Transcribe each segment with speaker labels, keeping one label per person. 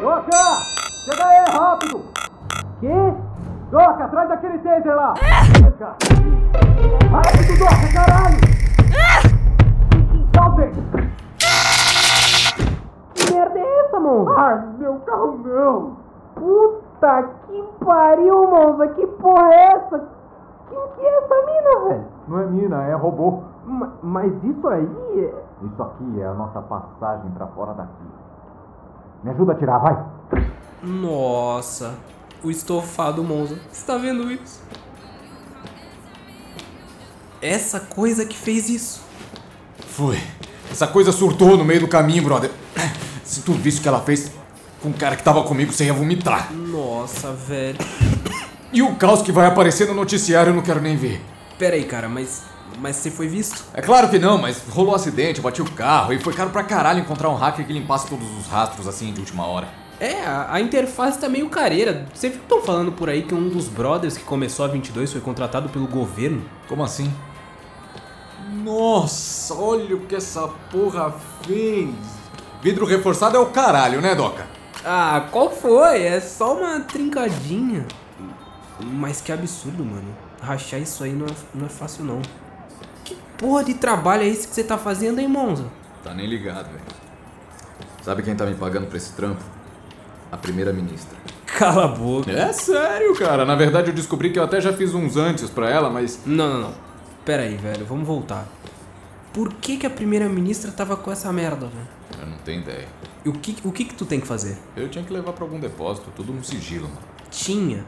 Speaker 1: Doca! Chega aí, rápido! Que? Doca, atrás daquele taser lá! Doca! Rápido, Doca, caralho! Salve!
Speaker 2: Que merda é essa, Monza?
Speaker 1: Ai, meu carro não!
Speaker 2: Puta que pariu, Monza. Que porra é essa? Quem que é essa mina, velho?
Speaker 1: Não é mina, é robô.
Speaker 2: Ma- Mas isso aí é...
Speaker 1: Isso aqui é a nossa passagem pra fora daqui. Me ajuda a tirar, vai!
Speaker 3: Nossa, o estofado Monza. Você tá vendo isso? Essa coisa que fez isso.
Speaker 4: Fui. Essa coisa surtou no meio do caminho, brother. Se tu visse o que ela fez com o cara que tava comigo, você ia vomitar.
Speaker 3: Nossa, velho.
Speaker 4: E o caos que vai aparecer no noticiário eu não quero nem ver.
Speaker 3: Pera aí, cara, mas. Mas você foi visto?
Speaker 4: É claro que não, mas rolou um acidente, bati o carro e foi caro pra caralho encontrar um hacker que limpasse todos os rastros assim de última hora.
Speaker 3: É, a, a interface tá meio careira. Você viu que estão falando por aí que um dos brothers que começou a 22 foi contratado pelo governo?
Speaker 4: Como assim? Nossa, olha o que essa porra fez. Vidro reforçado é o caralho, né, Doca?
Speaker 3: Ah, qual foi? É só uma trincadinha. Mas que absurdo, mano. Rachar isso aí não é, não é fácil, não. Que porra de trabalho é esse que você tá fazendo, hein, Monza?
Speaker 4: Tá nem ligado, velho. Sabe quem tá me pagando pra esse trampo? A primeira-ministra.
Speaker 3: Cala a boca.
Speaker 4: É sério, cara. Na verdade, eu descobri que eu até já fiz uns antes pra ela, mas.
Speaker 3: Não, não, não. Pera aí, velho. Vamos voltar. Por que que a primeira-ministra tava com essa merda, velho?
Speaker 4: Eu não tenho ideia.
Speaker 3: E o que, o que que tu tem que fazer?
Speaker 4: Eu tinha que levar pra algum depósito, tudo no sigilo, mano.
Speaker 3: Tinha.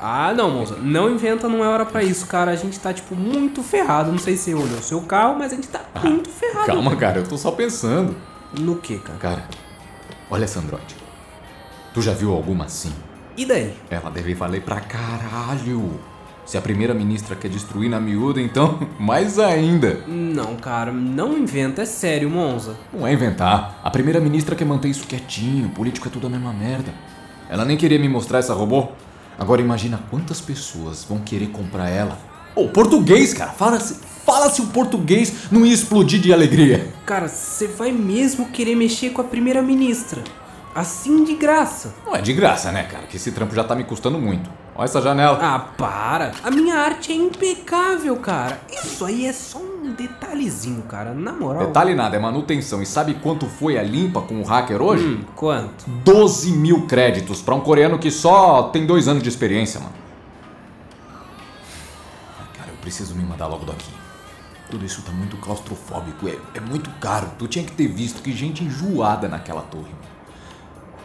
Speaker 3: ah, não, moça. Não inventa, não é hora pra isso, cara. A gente tá, tipo, muito ferrado. Não sei se você olhou o seu carro, mas a gente tá muito ferrado.
Speaker 4: Calma, cara, eu tô só pensando.
Speaker 3: No que, cara?
Speaker 4: Cara, olha essa Android. Tu já viu alguma assim?
Speaker 3: E daí?
Speaker 4: Ela deve valer pra caralho. Se a primeira-ministra quer destruir na miúda, então, mais ainda.
Speaker 3: Não, cara, não inventa, é sério, Monza.
Speaker 4: Não é inventar. A primeira-ministra quer manter isso quietinho. Político é tudo a mesma merda. Ela nem queria me mostrar essa robô. Agora imagina quantas pessoas vão querer comprar ela. Ô, português, cara. Fala se, fala se o português não ia explodir de alegria.
Speaker 3: Cara, você vai mesmo querer mexer com a primeira-ministra? Assim de graça.
Speaker 4: Não é de graça, né, cara? Que esse trampo já tá me custando muito. Olha essa janela.
Speaker 3: Ah, para! A minha arte é impecável, cara. Isso aí é só um detalhezinho, cara. Na moral.
Speaker 4: Detalhe nada, é manutenção. E sabe quanto foi a limpa com o hacker hoje?
Speaker 3: Hum, quanto?
Speaker 4: 12 mil créditos pra um coreano que só tem dois anos de experiência, mano. Ah, Cara, eu preciso me mandar logo daqui. Tudo isso tá muito claustrofóbico, é, é muito caro. Tu tinha que ter visto que gente enjoada naquela torre, mano.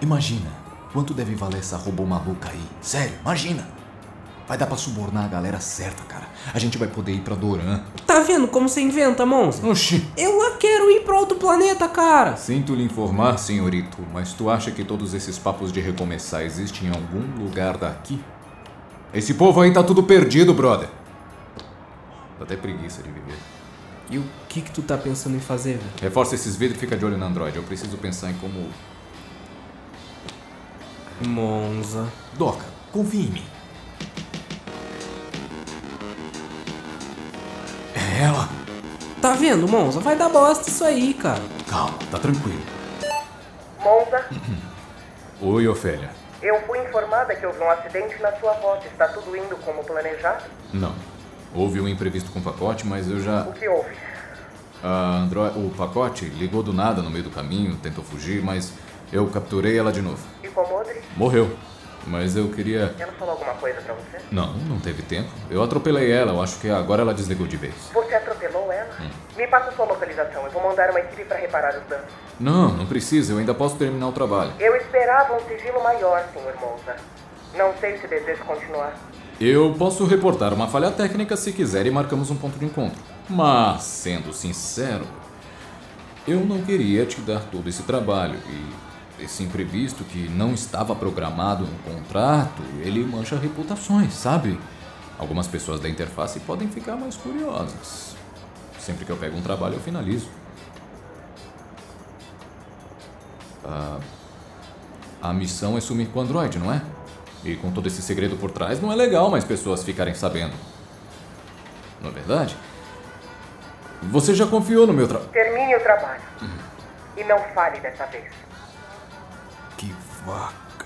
Speaker 4: Imagina, quanto deve valer essa robô maluca aí? Sério, imagina. Vai dar pra subornar a galera certa, cara. A gente vai poder ir pra Doran.
Speaker 3: Tá vendo como você inventa, Monza?
Speaker 4: Oxi.
Speaker 3: Eu lá quero ir pra outro planeta, cara.
Speaker 4: Sinto lhe informar, senhorito, mas tu acha que todos esses papos de recomeçar existem em algum lugar daqui? Esse povo aí tá tudo perdido, brother. Dá até preguiça de viver.
Speaker 3: E o que que tu tá pensando em fazer, velho?
Speaker 4: Reforça esses vidros e fica de olho no Android. Eu preciso pensar em como.
Speaker 3: Monza.
Speaker 4: Doca, confia em mim. É ela?
Speaker 3: Tá vendo, Monza? Vai dar bosta isso aí, cara.
Speaker 4: Calma, tá tranquilo.
Speaker 5: Monza,
Speaker 4: Oi, Ofélia.
Speaker 5: eu fui informada que houve um acidente na sua rota. Está tudo indo como planejado?
Speaker 4: Não. Houve um imprevisto com o pacote, mas eu já.
Speaker 5: O que houve?
Speaker 4: A Android, o pacote ligou do nada no meio do caminho, tentou fugir, mas eu capturei ela de novo.
Speaker 5: E com a Modri?
Speaker 4: Morreu. Mas eu queria.
Speaker 5: Ela falou alguma coisa pra você?
Speaker 4: Não, não teve tempo. Eu atropelei ela, eu acho que agora ela desligou de vez.
Speaker 5: Você atropelou ela? Me passa sua localização. Eu vou mandar uma equipe pra reparar os danos.
Speaker 4: Não, não precisa, eu ainda posso terminar o trabalho.
Speaker 5: Eu esperava um sigilo maior, senhor Monza. Não sei se desejo continuar.
Speaker 4: Eu posso reportar uma falha técnica se quiser e marcamos um ponto de encontro. Mas, sendo sincero, eu não queria te dar todo esse trabalho e esse imprevisto que não estava programado no contrato, ele mancha reputações, sabe? Algumas pessoas da interface podem ficar mais curiosas. Sempre que eu pego um trabalho, eu finalizo. A missão é sumir com o Android, não é? E com todo esse segredo por trás, não é legal mais pessoas ficarem sabendo. Não é verdade? Você já confiou no meu trabalho.
Speaker 5: Termine o trabalho. E não fale dessa vez.
Speaker 4: vaca.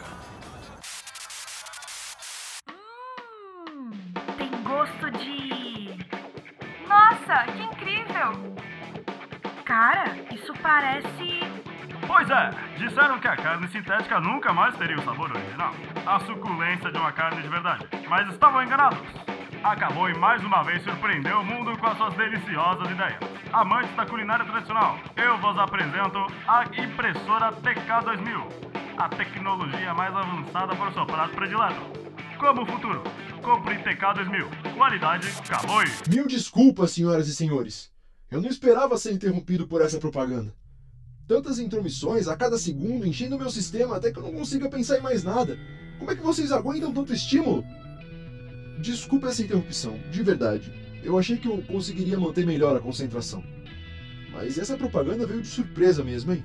Speaker 6: Tem gosto de. Nossa, que incrível! Cara, isso parece.
Speaker 7: Pois é, disseram que a carne sintética nunca mais teria o sabor original. A suculência de uma carne de verdade. Mas estavam enganados. Acabou e mais uma vez surpreendeu o mundo com as suas deliciosas ideias. Amantes da culinária tradicional, eu vos apresento a impressora TK2000. A tecnologia mais avançada para o seu prato predileto. Como o futuro. Compre TK2000. Qualidade, Caloi.
Speaker 8: Mil desculpas, senhoras e senhores. Eu não esperava ser interrompido por essa propaganda. Tantas intromissões a cada segundo enchendo meu sistema até que eu não consiga pensar em mais nada. Como é que vocês aguentam tanto estímulo? Desculpa essa interrupção, de verdade. Eu achei que eu conseguiria manter melhor a concentração. Mas essa propaganda veio de surpresa mesmo, hein?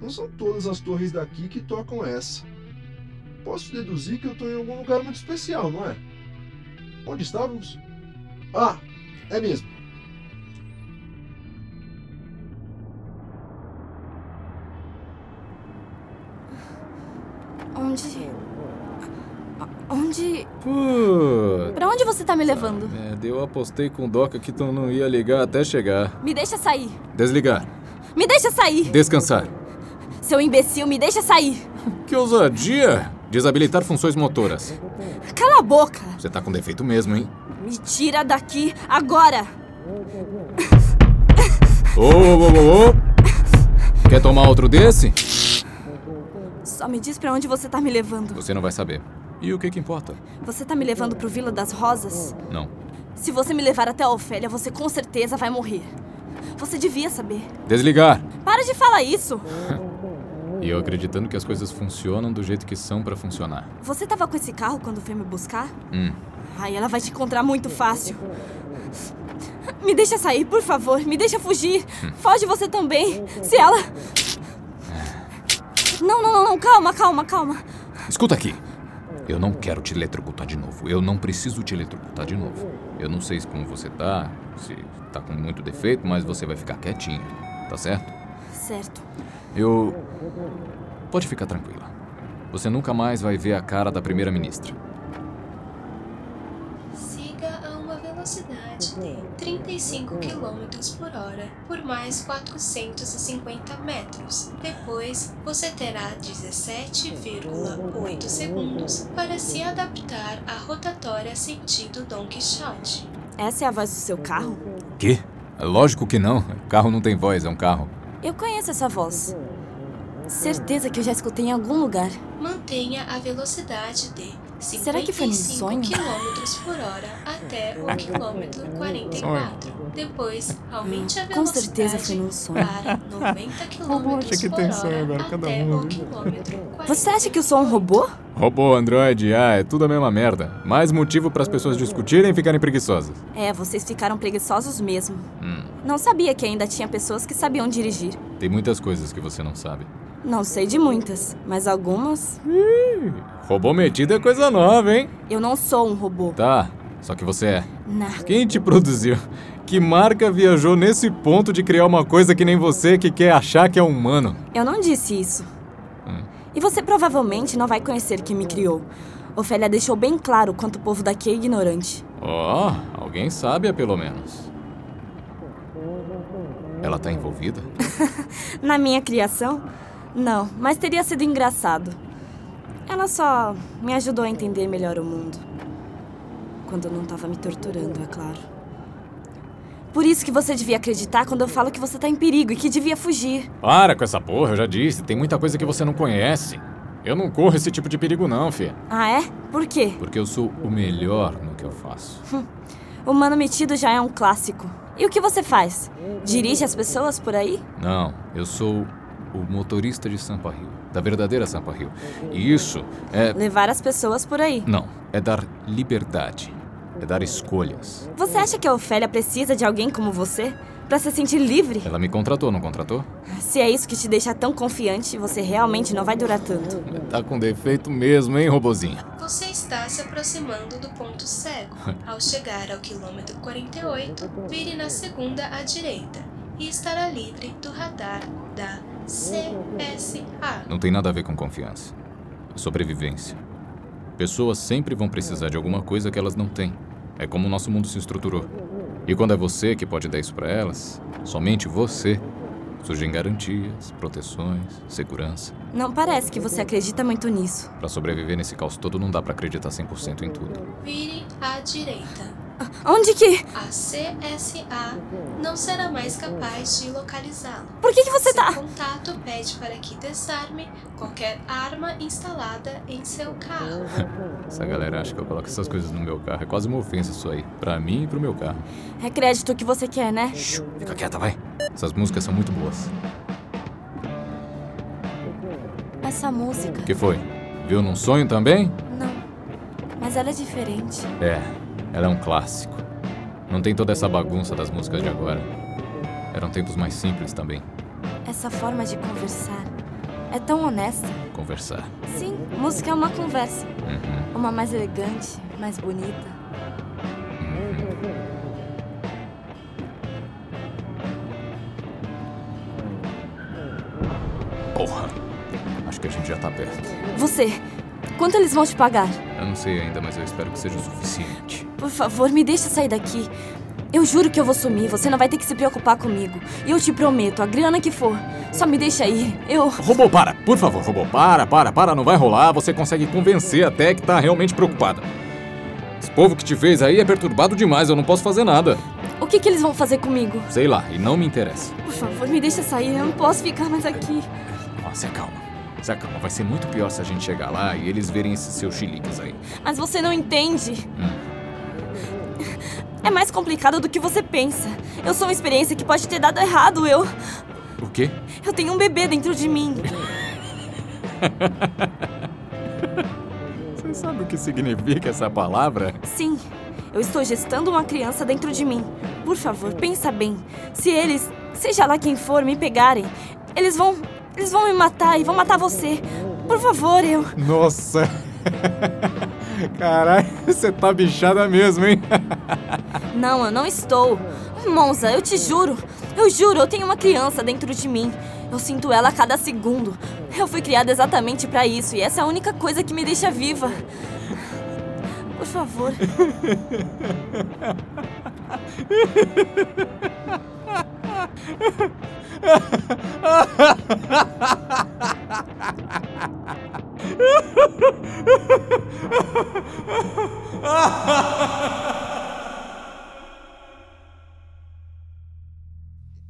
Speaker 8: Não são todas as torres daqui que tocam essa. Posso deduzir que eu tô em algum lugar muito especial, não é? Onde estávamos? Ah, é mesmo.
Speaker 9: Onde. Onde.
Speaker 4: Pô,
Speaker 9: Pra onde você tá me levando?
Speaker 4: merda, é, eu apostei com o Doca que tu não ia ligar até chegar.
Speaker 9: Me deixa sair!
Speaker 4: Desligar,
Speaker 9: Me deixa sair!
Speaker 4: descansar.
Speaker 9: Seu imbecil, me deixa sair!
Speaker 4: Que ousadia! Desabilitar funções motoras.
Speaker 9: Cala a boca!
Speaker 4: Você tá com defeito mesmo, hein?
Speaker 9: Me tira daqui agora!
Speaker 4: Ô, ô, ô, ô, ô! Quer tomar outro desse?
Speaker 9: Só me diz pra onde você tá me levando.
Speaker 4: Você não vai saber. E o que que importa?
Speaker 9: Você tá me levando pro Vila das Rosas?
Speaker 4: Não.
Speaker 9: Se você me levar até a Ofélia, você com certeza vai morrer. Você devia saber.
Speaker 4: Desligar!
Speaker 9: Para de falar isso!
Speaker 4: E eu acreditando que as coisas funcionam do jeito que são pra funcionar.
Speaker 9: Você tava com esse carro quando veio me buscar?
Speaker 4: Hum.
Speaker 9: Ai, ela vai te encontrar muito fácil. Me deixa sair, por favor. Me deixa fugir. Foge você também. Se ela. Não, não, não, não. Calma, calma, calma.
Speaker 4: Escuta aqui. Eu não quero te eletrocutar de novo. Eu não preciso te eletrocutar de novo. Eu não sei se como você tá, se tá com muito defeito, mas você vai ficar quietinho, tá certo?
Speaker 9: Certo.
Speaker 4: Eu. Pode ficar tranquila. Você nunca mais vai ver a cara da primeira-ministra.
Speaker 10: Siga a uma velocidade de 35 km por hora por mais 450 metros. Depois, você terá 17,8 segundos para se adaptar à rotatória sentido Don Quixote.
Speaker 9: Essa é a voz do seu carro?
Speaker 4: Quê? É Lógico que não. Carro não tem voz, é um carro.
Speaker 9: Eu conheço essa voz. Certeza que eu já escutei em algum lugar.
Speaker 10: Mantenha a velocidade de
Speaker 9: Será que foi um
Speaker 10: 55
Speaker 9: sonho?
Speaker 10: km por hora até o quilômetro 44. Depois, aumente a velocidade
Speaker 9: Com certeza foi num sonho.
Speaker 10: para 90 km
Speaker 11: que
Speaker 10: por
Speaker 11: tem
Speaker 10: hora
Speaker 11: sonho agora, cada
Speaker 10: até
Speaker 11: um,
Speaker 10: o
Speaker 11: né?
Speaker 10: quilômetro 40.
Speaker 9: Você acha que eu sou um robô?
Speaker 4: Robô, Android, ah, é tudo a mesma merda. Mais motivo para as pessoas discutirem e ficarem preguiçosas.
Speaker 9: É, vocês ficaram preguiçosos mesmo.
Speaker 4: Hum,
Speaker 9: Não sabia que ainda tinha pessoas que sabiam dirigir.
Speaker 4: tem muitas coisas que você não sabe.
Speaker 9: Não sei de muitas, mas algumas.
Speaker 4: Robô metido é coisa nova, hein?
Speaker 9: Eu não sou um robô.
Speaker 4: Tá, só que você é.
Speaker 9: Na
Speaker 4: Quem te produziu? Que marca viajou nesse ponto de criar uma coisa que nem você que quer achar que é humano?
Speaker 9: Eu não disse isso.
Speaker 4: Hum.
Speaker 9: E você provavelmente não vai conhecer quem me criou. Ofélia deixou bem claro quanto o povo daqui é ignorante.
Speaker 4: Ó, alguém sabe, pelo menos. Ela tá envolvida?
Speaker 9: Na minha criação? Não, mas teria sido engraçado. Ela só me ajudou a entender melhor o mundo. Quando eu não tava me torturando, é claro. Por isso que você devia acreditar quando eu falo que você tá em perigo e que devia fugir.
Speaker 4: Para com essa porra, eu já disse, tem muita coisa que você não conhece. Eu não corro esse tipo de perigo não, fia.
Speaker 9: Ah, é? Por quê?
Speaker 4: Porque eu sou o melhor no que eu faço.
Speaker 9: Humano metido já é um clássico. E o que você faz? Dirige as pessoas por aí?
Speaker 4: Não, eu sou o motorista de Sampa Rio, da verdadeira Sampa Rio. E isso é...
Speaker 9: Levar as pessoas por aí.
Speaker 4: Não, é dar liberdade. É dar escolhas.
Speaker 9: Você acha que a Ofélia precisa de alguém como você pra se sentir livre?
Speaker 4: Ela me contratou, não contratou?
Speaker 9: Se é isso que te deixa tão confiante, você realmente não vai durar tanto.
Speaker 4: Tá com defeito mesmo, hein, robozinho?
Speaker 10: Você está se aproximando do ponto cego. Ao chegar ao quilômetro 48, vire na segunda à direita e estará livre do radar da Classe A.
Speaker 4: Não tem nada a ver com confiança. É sobrevivência. Pessoas sempre vão precisar de alguma coisa que elas não têm. É como o nosso mundo se estruturou. E quando é você que pode dar isso pra elas, somente você, surgem garantias, proteções, segurança.
Speaker 9: Não parece que você acredita muito nisso.
Speaker 4: Pra sobreviver nesse caos todo, não dá pra acreditar 100% em tudo.
Speaker 10: Vire à direita.
Speaker 9: Onde que.
Speaker 10: A CSA não será mais capaz de localizá-lo.
Speaker 9: Por que, que você
Speaker 10: Seu
Speaker 9: tá.
Speaker 10: contato pede para que desarme qualquer arma instalada em seu carro.
Speaker 4: Essa galera acha que eu coloco essas coisas no meu carro. É quase uma ofensa isso aí. Pra mim e pro meu carro.
Speaker 9: É crédito que você quer, né?
Speaker 4: Fica quieta, vai. Essas músicas são muito boas.
Speaker 9: Essa música.
Speaker 4: O que foi? Viu num sonho também?
Speaker 9: Não. Mas ela é diferente.
Speaker 4: É, ela é um clássico. Não tem toda essa bagunça das músicas de agora. Eram tempos mais simples também.
Speaker 9: Essa forma de conversar é tão honesta.
Speaker 4: Conversar.
Speaker 9: Sim, música é uma conversa.
Speaker 4: Uhum.
Speaker 9: Uma mais elegante, mais bonita.
Speaker 4: Porra. Acho que a gente já tá perto.
Speaker 9: Você, quanto eles vão te pagar?
Speaker 4: Eu não sei ainda, mas eu espero que seja o suficiente.
Speaker 9: Por favor, me deixa sair daqui. Eu juro que eu vou sumir, você não vai ter que se preocupar comigo. E eu te prometo, a grana que for, só me deixa ir. Eu.
Speaker 4: Robô, para! Por favor, robô, para, para, para, não vai rolar. Você consegue convencer até que tá realmente preocupada. Esse povo que te fez aí é perturbado demais, eu não posso fazer nada.
Speaker 9: O que, que eles vão fazer comigo?
Speaker 4: Sei lá, e não me interessa.
Speaker 9: Por favor, me deixa sair, eu não posso ficar mais aqui.
Speaker 4: Ó, se acalma. Se acalma, vai ser muito pior se a gente chegar lá e eles verem esses seus chiliques aí.
Speaker 9: Mas você não entende. É mais complicado do que você pensa. Eu sou uma experiência que pode ter dado errado. Eu.
Speaker 4: O quê?
Speaker 9: Eu tenho um bebê dentro de mim.
Speaker 4: Você sabe o que significa essa palavra?
Speaker 9: Sim, eu estou gestando uma criança dentro de mim. Por favor, pensa bem. Se eles, seja lá quem for, me pegarem, eles vão. Eles vão me matar e vão matar você. Por favor, eu.
Speaker 4: Nossa! Caralho, você tá bichada mesmo, hein?
Speaker 9: Não, eu não estou. Monza, eu te juro. Eu juro, eu tenho uma criança dentro de mim. Eu sinto ela a cada segundo. Eu fui criada exatamente pra isso e essa é a única coisa que me deixa viva. Por favor.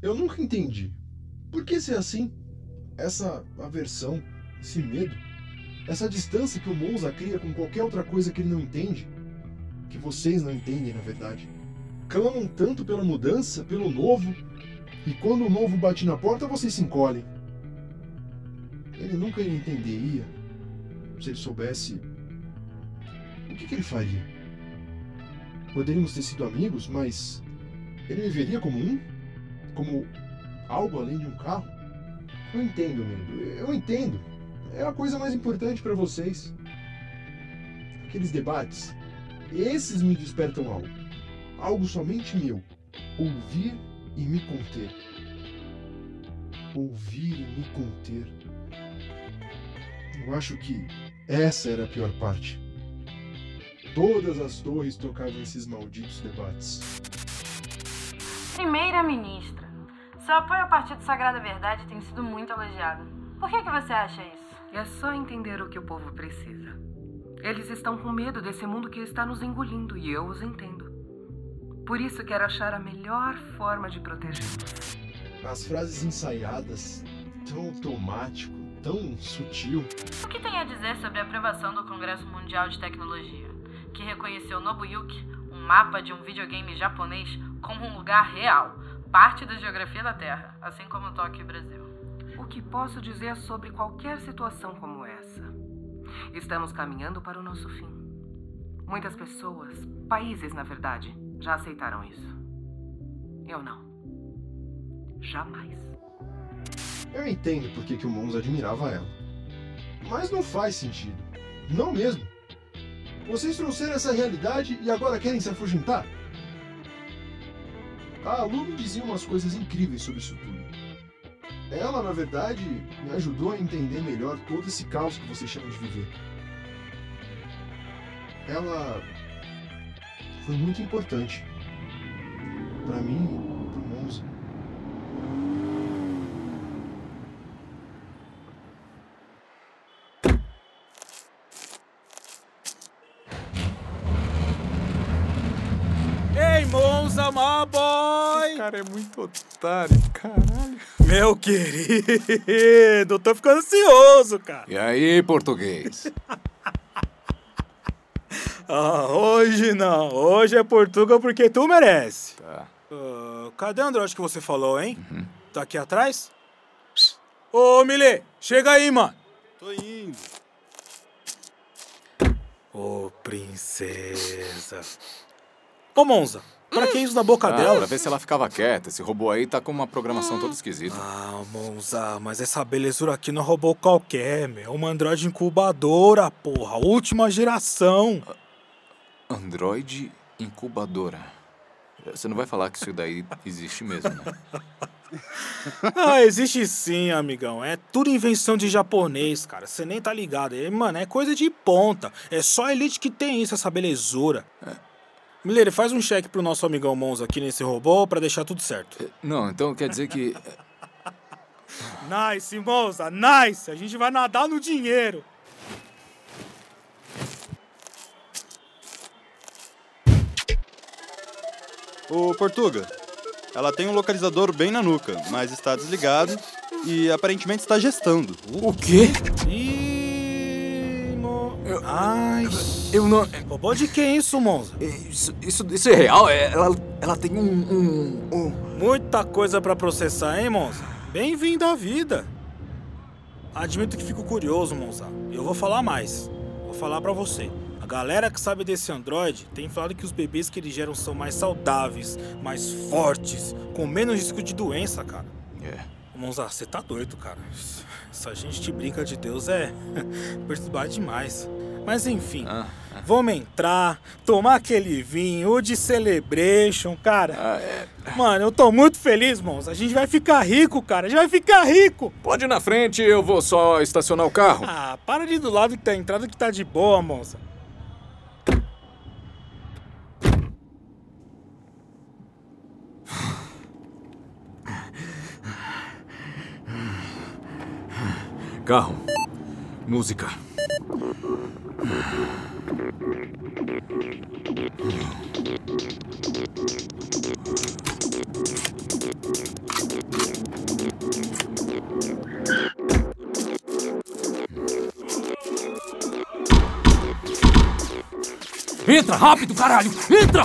Speaker 8: Eu nunca entendi. Por que ser assim? Essa aversão, esse medo, essa distância que o Monza cria com qualquer outra coisa que ele não entende, que vocês não entendem, na verdade. Clamam tanto pela mudança, pelo novo, e quando o novo bate na porta, vocês se encolhem. Ele nunca entenderia se ele soubesse o que, que ele faria. Poderíamos ter sido amigos, mas ele me veria como um? como algo além de um carro? Eu entendo, Nando. Eu entendo. É a coisa mais importante para vocês. Aqueles debates, esses me despertam algo. Algo somente meu. Ouvir e me conter. Ouvir e me conter. Eu acho que essa era a pior parte. Todas as torres tocavam esses malditos debates.
Speaker 6: Primeira ministra, seu apoio ao Partido Sagrada Verdade tem sido muito elogiado. Por que, que você acha isso?
Speaker 5: É só entender o que o povo precisa. Eles estão com medo desse mundo que está nos engolindo e eu os entendo. Por isso quero achar a melhor forma de protegê-los.
Speaker 8: as frases ensaiadas, tão automático, tão sutil.
Speaker 6: O que tem a dizer sobre a aprovação do Congresso Mundial de Tecnologia, que reconheceu Nobuyuki, um mapa de um videogame japonês, como um lugar real, parte da geografia da Terra, assim como Tóquio e Brasil?
Speaker 5: O que posso dizer sobre qualquer situação como essa? Estamos caminhando para o nosso fim. Muitas pessoas, países na verdade, já aceitaram isso. Eu não. Jamais.
Speaker 8: Eu entendo por que que o Mons admirava ela. Mas não faz sentido. Não mesmo. Vocês trouxeram essa realidade e agora querem se afugentar? A Lu me dizia umas coisas incríveis sobre isso tudo. Ela, na verdade, me ajudou a entender melhor todo esse caos que você chama de viver. Ela foi muito importante para mim, pro Monza.
Speaker 7: Ei, Monza, my boy! Esse cara é muito otário, caralho. Meu querido, eu tô ficando ansioso, cara.
Speaker 4: E aí, português?
Speaker 7: Ah, hoje não, hoje é Portugal porque tu merece.
Speaker 4: Tá.
Speaker 7: Ah, cadê o Android que você falou, hein? Tá aqui atrás? Ô, Milê, chega aí, mano.
Speaker 12: Tô indo.
Speaker 7: Ô, princesa. Ô, Monza, pra que isso na boca
Speaker 4: Ah,
Speaker 7: dela?
Speaker 4: pra ver se ela ficava quieta. Esse robô aí tá com uma programação toda esquisita.
Speaker 7: Ah, Monza, mas essa belezura aqui não roubou qualquer, meu. É uma Android incubadora, porra. Última geração.
Speaker 4: Android incubadora. Você não vai falar que isso daí existe mesmo, né?
Speaker 7: Ah, existe sim, amigão. É tudo invenção de japonês, cara. Você nem tá ligado. É, mano, é coisa de ponta. É só a elite que tem isso, essa belezura. Mileiro, faz um cheque pro nosso amigão Monza aqui nesse robô pra deixar tudo certo.
Speaker 4: Não, então quer dizer que.
Speaker 7: Nice, Monza, nice! A gente vai nadar no dinheiro.
Speaker 12: Ô, Portuga, ela tem um localizador bem na nuca, mas está desligado e aparentemente está gestando.
Speaker 4: O quê?
Speaker 7: Ai,
Speaker 4: Eu não.
Speaker 7: robô de quem isso, Monza?
Speaker 4: Isso, isso, isso é real? É- Ela, ela tem um. um, um-
Speaker 7: Muita coisa pra processar, hein, Monza? Bem-vindo à vida. Admito que fico curioso, Monza. Eu vou falar mais. Vou falar pra você. A galera que sabe desse Android tem falado que os bebês que eles geram são mais saudáveis, mais fortes, com menos risco de doença, cara.
Speaker 4: É.
Speaker 7: Monza, você tá doido, cara. Essa gente te brinca de Deus é perturbar demais. Mas enfim,
Speaker 4: Ah,
Speaker 7: vamos entrar, tomar aquele vinho o de celebration, cara.
Speaker 4: ah, é.
Speaker 7: Mano, eu tô muito feliz, Monza. A gente vai ficar rico, cara. A gente vai ficar rico.
Speaker 4: Pode ir na frente, eu vou só estacionar o carro.
Speaker 7: Ah, para de ir do lado que tá entrada que tá de boa, Monza.
Speaker 4: Carro. Música. Entra, rápido, caralho! Entra!